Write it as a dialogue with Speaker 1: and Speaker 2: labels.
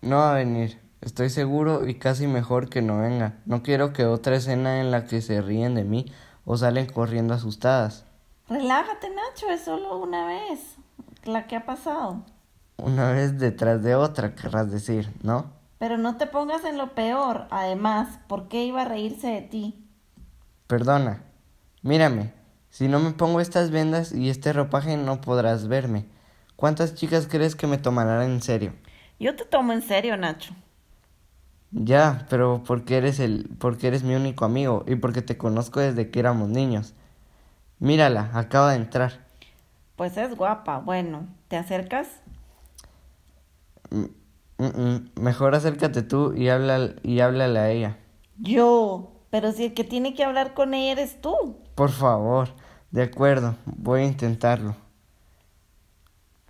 Speaker 1: No va a venir, estoy seguro y casi mejor que no venga. No quiero que otra escena en la que se ríen de mí o salen corriendo asustadas.
Speaker 2: Relájate, Nacho, es solo una vez la que ha pasado.
Speaker 1: Una vez detrás de otra, querrás decir, ¿no?
Speaker 2: Pero no te pongas en lo peor. Además, ¿por qué iba a reírse de ti?
Speaker 1: Perdona. Mírame, si no me pongo estas vendas y este ropaje no podrás verme. ¿Cuántas chicas crees que me tomarán en serio?
Speaker 2: Yo te tomo en serio, Nacho.
Speaker 1: Ya, pero porque eres el porque eres mi único amigo y porque te conozco desde que éramos niños. Mírala, acaba de entrar.
Speaker 2: Pues es guapa. Bueno, ¿te acercas?
Speaker 1: Mm, mm, mm, Mejor acércate tú y habla y háblale a ella.
Speaker 2: Yo. Pero si el que tiene que hablar con ella eres tú.
Speaker 1: Por favor. De acuerdo, voy a intentarlo.